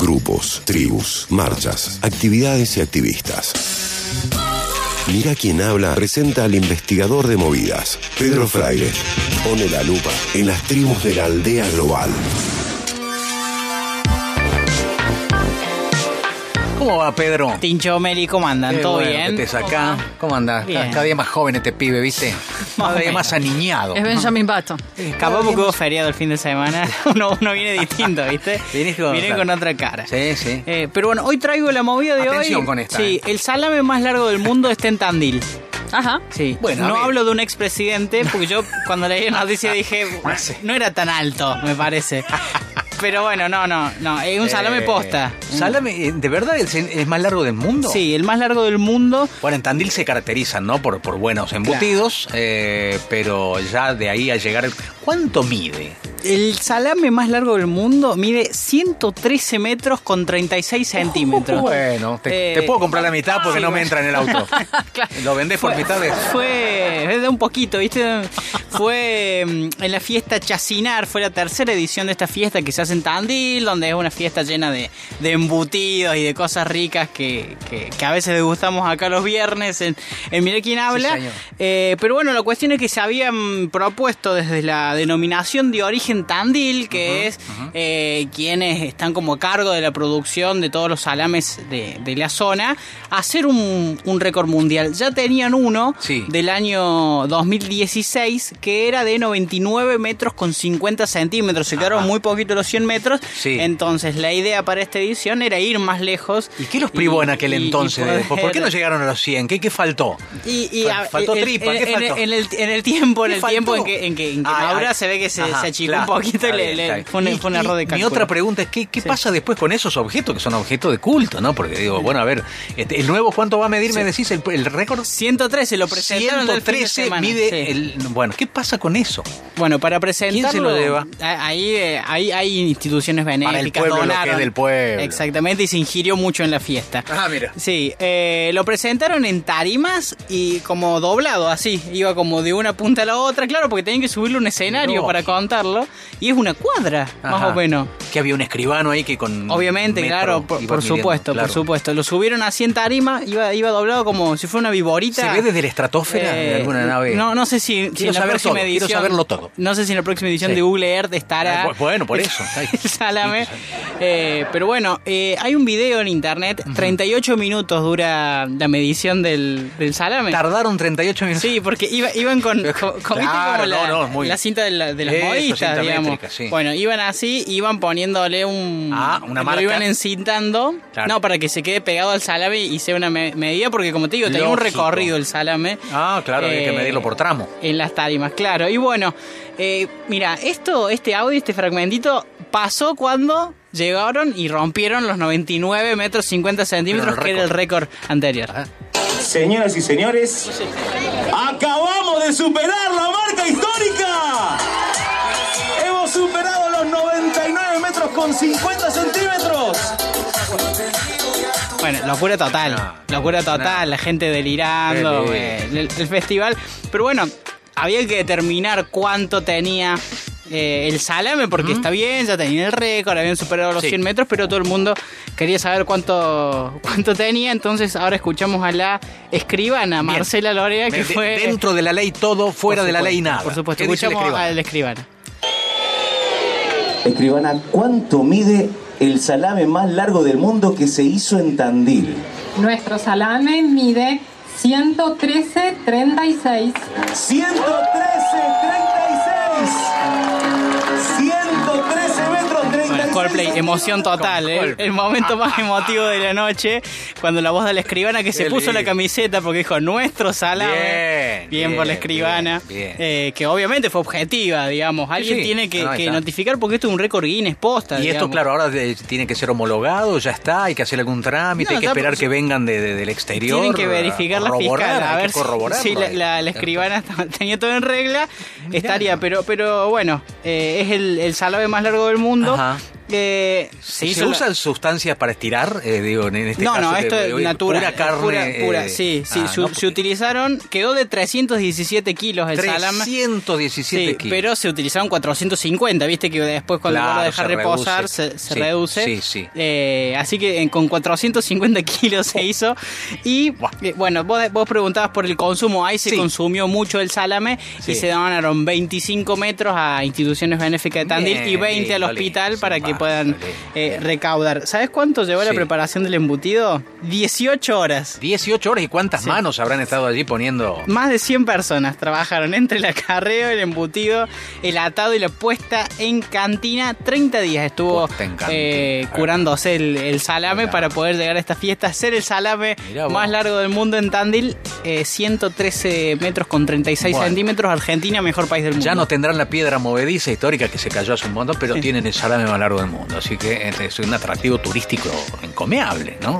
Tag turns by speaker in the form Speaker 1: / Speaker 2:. Speaker 1: grupos, tribus, marchas, actividades y activistas. Mira quién habla presenta al investigador de movidas, Pedro Fraire. Pone la lupa en las tribus de la aldea global.
Speaker 2: ¿Cómo va, Pedro?
Speaker 3: Tincho, Meli, ¿cómo andan?
Speaker 2: Qué
Speaker 3: ¿Todo
Speaker 2: bueno
Speaker 3: bien?
Speaker 2: que estés acá. ¿Cómo andás? Cada-
Speaker 3: Bien.
Speaker 2: Cada día más joven este pibe, ¿viste?
Speaker 3: Más o
Speaker 2: Cada día
Speaker 3: menos.
Speaker 2: más aniñado.
Speaker 4: Es Benjamin Button.
Speaker 3: Capaz porque hubo feriado el fin de semana. Uno, uno viene distinto, ¿viste?
Speaker 2: Vienes con
Speaker 3: Viene
Speaker 2: otra.
Speaker 3: con otra cara.
Speaker 2: Sí, sí.
Speaker 3: Eh, pero bueno, hoy traigo la movida de
Speaker 2: Atención
Speaker 3: hoy.
Speaker 2: con esta, eh.
Speaker 3: Sí, el salame más largo del mundo está en Tandil.
Speaker 4: Ajá.
Speaker 3: Sí.
Speaker 2: Bueno,
Speaker 3: no
Speaker 2: a ver.
Speaker 3: hablo de un expresidente, porque yo cuando leí la noticia dije, no era tan alto, me parece. Pero bueno, no, no, no. Es un salame
Speaker 2: Eh,
Speaker 3: posta.
Speaker 2: ¿Salame? eh, ¿De verdad es, es más largo del mundo?
Speaker 3: Sí, el más largo del mundo.
Speaker 2: Bueno, en Tandil se caracterizan, ¿no? Por, por buenos embutidos, eh, pero ya de ahí a llegar... ¿Cuánto mide?
Speaker 3: El salame más largo del mundo mide 113 metros con 36 centímetros.
Speaker 2: Bueno, te,
Speaker 3: Eh,
Speaker 2: te puedo comprar la mitad porque
Speaker 3: sí,
Speaker 2: no me
Speaker 3: bueno.
Speaker 2: entra en el auto.
Speaker 4: Claro.
Speaker 2: Lo vendés por mitad de...
Speaker 3: Fue, es de un poquito, ¿viste? Fue mm, en la fiesta Chacinar, fue la tercera edición de esta fiesta que se hace en Tandil, donde es una fiesta llena de, de embutidos y de cosas ricas que, que- que a veces degustamos acá los viernes en, en Mirá quién habla.
Speaker 2: señor.
Speaker 3: Eh, pero bueno, la cuestión es que se habían propuesto desde la denominación de origen Tandil, que es eh, quienes están como a cargo de la producción de todos los salames de, de la zona, hacer un, un récord mundial. Ya tenían uno
Speaker 2: Sí.
Speaker 3: del año 2016 que era de 99 metros con 50 centímetros. Se quedaron muy poquito los 100 metros.
Speaker 2: Sí.
Speaker 3: Entonces la idea para esta edición era ir más lejos.
Speaker 2: ¿Y qué los privó en aquel
Speaker 3: y- y
Speaker 2: entonces? de-
Speaker 3: poder-
Speaker 2: ¿Por qué no llegaron a los 100? ¿Qué, qué faltó?
Speaker 3: y, y
Speaker 2: Fal-
Speaker 3: a-
Speaker 2: faltó
Speaker 3: en-
Speaker 2: tripa,
Speaker 3: en,
Speaker 2: ¿qué
Speaker 3: en-
Speaker 2: faltó?
Speaker 3: en el, en el tiempo, en
Speaker 2: ¿Qué
Speaker 3: el
Speaker 2: faltó?
Speaker 3: tiempo en que, en que, en que
Speaker 2: Ah,
Speaker 3: Maura
Speaker 2: ah,
Speaker 3: se ve que se,
Speaker 2: ajá,
Speaker 3: se achicó
Speaker 2: claro,
Speaker 3: un poquito y
Speaker 2: está
Speaker 3: le,
Speaker 2: bien,
Speaker 3: le-
Speaker 2: está bien.
Speaker 3: fue, un-
Speaker 2: Y-
Speaker 3: fue un error de
Speaker 2: y Mi
Speaker 3: cálculo.
Speaker 2: otra pregunta es, ¿qué, qué
Speaker 3: Sí.
Speaker 2: pasa después con esos objetos que son objetos de culto, no? Porque digo, bueno, a ver, este, el nuevo, ¿cuánto va a medir, me decís, el, el récord?
Speaker 3: 113 lo presentaron el fin de
Speaker 2: 113
Speaker 3: semana,
Speaker 2: mide
Speaker 3: sí.
Speaker 2: el... Bueno, ¿qué pasa con eso?
Speaker 3: Bueno, para presentarlo...
Speaker 2: ¿Quién se lo lleva?
Speaker 3: a- Ahí, eh, ahí hay instituciones benéficas,
Speaker 2: pueblo, lo que
Speaker 3: donaron.
Speaker 2: es del pueblo.
Speaker 3: Exactamente, y se ingirió mucho en la fiesta.
Speaker 2: Ah, mira.
Speaker 3: Sí, eh, lo presentaron en tarimas y como doblado, así. Iba como de una punta a la otra, claro, porque tenían que subirle un escenario
Speaker 2: Lógico.
Speaker 3: para contarlo. Y es una cuadra, más o menos.
Speaker 2: Que había un escribano ahí que con...
Speaker 3: Obviamente,
Speaker 2: metro
Speaker 3: claro, por,
Speaker 2: iba
Speaker 3: por
Speaker 2: midiendo,
Speaker 3: supuesto,
Speaker 2: claro.
Speaker 3: por supuesto. Lo subieron así en tarima, iba, iba doblado como si fuera una viborita.
Speaker 2: ¿Se ve desde la estratosfera de
Speaker 3: Eh,
Speaker 2: alguna nave?
Speaker 3: No, no sé si, si
Speaker 2: Quiero
Speaker 3: en la
Speaker 2: saber
Speaker 3: próxima
Speaker 2: todo, quiero
Speaker 3: edición.
Speaker 2: saberlo todo.
Speaker 3: No sé si en la próxima edición
Speaker 2: Sí.
Speaker 3: de Google Earth estará.
Speaker 2: Ah, bu- bueno, por eso, está ahí.
Speaker 3: el salame. Eh, pero bueno, eh, hay un video en internet, 38 minutos dura la medición del, del salame.
Speaker 2: Tardaron 38 minutos.
Speaker 3: Sí, porque iba- iban con, con- con- ¿viste
Speaker 2: Claro,
Speaker 3: como la,
Speaker 2: no, no, muy-
Speaker 3: la cinta de, la- de las
Speaker 2: Eso,
Speaker 3: modistas,
Speaker 2: cinta
Speaker 3: digamos.
Speaker 2: métrica, sí.
Speaker 3: Bueno, iban así, iban poniéndole un...
Speaker 2: Ah, una
Speaker 3: lo
Speaker 2: marca.
Speaker 3: iban encintando.
Speaker 2: Claro.
Speaker 3: No, para que se quede pegado al salame y sea una me- medida, porque como te digo, tenía un
Speaker 2: Lógico.
Speaker 3: recorrido el salame.
Speaker 2: Ah, claro, había que
Speaker 3: Eh,
Speaker 2: medirlo por tramo.
Speaker 3: En las tarimas, claro. Y bueno, eh, mira, esto, este audio, este fragmentito, pasó cuando llegaron y rompieron los 99 metros 50 centímetros,
Speaker 2: Pero el
Speaker 3: que era el récord anterior.
Speaker 5: Señoras y señores, acabamos de superar la marca histórica. Hemos superado los 99 metros con 50 centímetros.
Speaker 3: Bueno, locura total.
Speaker 2: No,
Speaker 3: locura
Speaker 2: no.
Speaker 3: total, la gente delirando,
Speaker 2: Qué
Speaker 3: eh, el, el festival. Pero bueno, había que determinar cuánto tenía eh, el salame, porque está bien, ya tenía el récord, habían superado los
Speaker 2: Sí.
Speaker 3: 100 metros, pero todo el mundo quería saber cuánto, cuánto tenía. Entonces ahora escuchamos a la escribana,
Speaker 2: Bien.
Speaker 3: Marcela Lorea, que
Speaker 2: De-
Speaker 3: fue...
Speaker 2: Dentro de la ley todo, fuera
Speaker 3: Por
Speaker 2: de la ley
Speaker 3: supuesto,
Speaker 2: nada.
Speaker 3: Por supuesto,
Speaker 2: ¿Qué dice el
Speaker 3: escuchamos
Speaker 2: escribano?
Speaker 3: al escribana.
Speaker 5: Escribana, ¿cuánto mide el salame más largo del mundo que se hizo en Tandil?
Speaker 6: Nuestro salame mide 113.36.
Speaker 5: 113.36. 113 metros 36.
Speaker 3: Bueno, Coldplay, emoción total,
Speaker 2: Con
Speaker 3: ¿eh?
Speaker 2: Coldplay.
Speaker 3: el momento más emotivo de la noche, cuando la voz de la escribana que se
Speaker 2: Qué
Speaker 3: puso la
Speaker 2: lindo.
Speaker 3: camiseta porque dijo nuestro salame,
Speaker 2: Bien,
Speaker 3: bien, por la
Speaker 2: bien,
Speaker 3: escribana,
Speaker 2: bien, bien.
Speaker 3: eh, que obviamente fue objetiva, digamos, alguien
Speaker 2: sí,
Speaker 3: tiene que,
Speaker 2: no, ahí
Speaker 3: que
Speaker 2: está.
Speaker 3: notificar porque esto es un récord Guinness posta.
Speaker 2: Y esto,
Speaker 3: digamos.
Speaker 2: claro, ahora eh, tiene que ser homologado, ya está, hay que hacer algún trámite,
Speaker 3: No,
Speaker 2: hay que
Speaker 3: ya,
Speaker 2: esperar
Speaker 3: pues,
Speaker 2: que vengan de- de- del exterior.
Speaker 3: Tienen que verificar la
Speaker 2: corroborar,
Speaker 3: fiscal, a
Speaker 2: hay
Speaker 3: ver
Speaker 2: que corroborarlo.
Speaker 3: si, si la,
Speaker 2: ahí.
Speaker 3: la- la escribana estaba- tenía todo en regla, estaría, pero, pero bueno, eh, es el, el salame más largo del mundo.
Speaker 2: Ajá.
Speaker 3: eh,
Speaker 2: ¿Se,
Speaker 3: hizo la-
Speaker 2: usan sustancias para estirar? Eh, digo, en este
Speaker 3: no,
Speaker 2: caso
Speaker 3: no,
Speaker 2: que-
Speaker 3: esto
Speaker 2: digo,
Speaker 3: es natura.
Speaker 2: Pura
Speaker 3: es
Speaker 2: carne.
Speaker 3: Pura, pura,
Speaker 2: eh,
Speaker 3: sí, sí.
Speaker 2: ah,
Speaker 3: su-
Speaker 2: no,
Speaker 3: se utilizaron, quedó de 317 kilos el salame.
Speaker 2: 317
Speaker 3: Sí,
Speaker 2: kilos.
Speaker 3: pero se utilizaron 450, viste que después cuando
Speaker 2: Claro,
Speaker 3: lo dejar
Speaker 2: se
Speaker 3: reposar
Speaker 2: reduce.
Speaker 3: se, se
Speaker 2: Sí,
Speaker 3: reduce.
Speaker 2: sí, sí. Oh.
Speaker 3: Eh, así que en- con 450 kilos se hizo. Y
Speaker 2: Buah.
Speaker 3: eh, bueno, vos, vos preguntabas por el consumo. Ahí se
Speaker 2: Sí.
Speaker 3: consumió mucho el salame
Speaker 2: Sí.
Speaker 3: y se donaron 25 metros a instituciones benéficas de Tandil y
Speaker 2: Bien,
Speaker 3: 20 al
Speaker 2: lindo,
Speaker 3: hospital
Speaker 2: lindo,
Speaker 3: para que
Speaker 2: bárbaro,
Speaker 3: puedan
Speaker 2: lindo.
Speaker 3: eh, recaudar. ¿Sabes cuánto llevó la
Speaker 2: Sí.
Speaker 3: preparación del embutido? 18 horas.
Speaker 2: 18 horas y cuántas
Speaker 3: Sí.
Speaker 2: manos habrán estado allí poniendo.
Speaker 3: Más de 100 personas trabajaron entre el acarreo, el embutido, el atado y la puesta en cantina. 30 días estuvo
Speaker 2: Puesta en cantina.
Speaker 3: eh, curándose el, el salame
Speaker 2: Mirá.
Speaker 3: para poder llegar a esta fiesta, ser el salame
Speaker 2: Mirá vos.
Speaker 3: más largo del mundo en Tandil. eh, 113 metros con 36
Speaker 2: Bueno.
Speaker 3: centímetros. Argentina, mejor país del mundo.
Speaker 2: Ya no tendrán la piedra movediza histórica que se cayó hace un montón, pero tienen el salame más largo del mundo. Así que este, es un atractivo turístico encomiable, ¿no?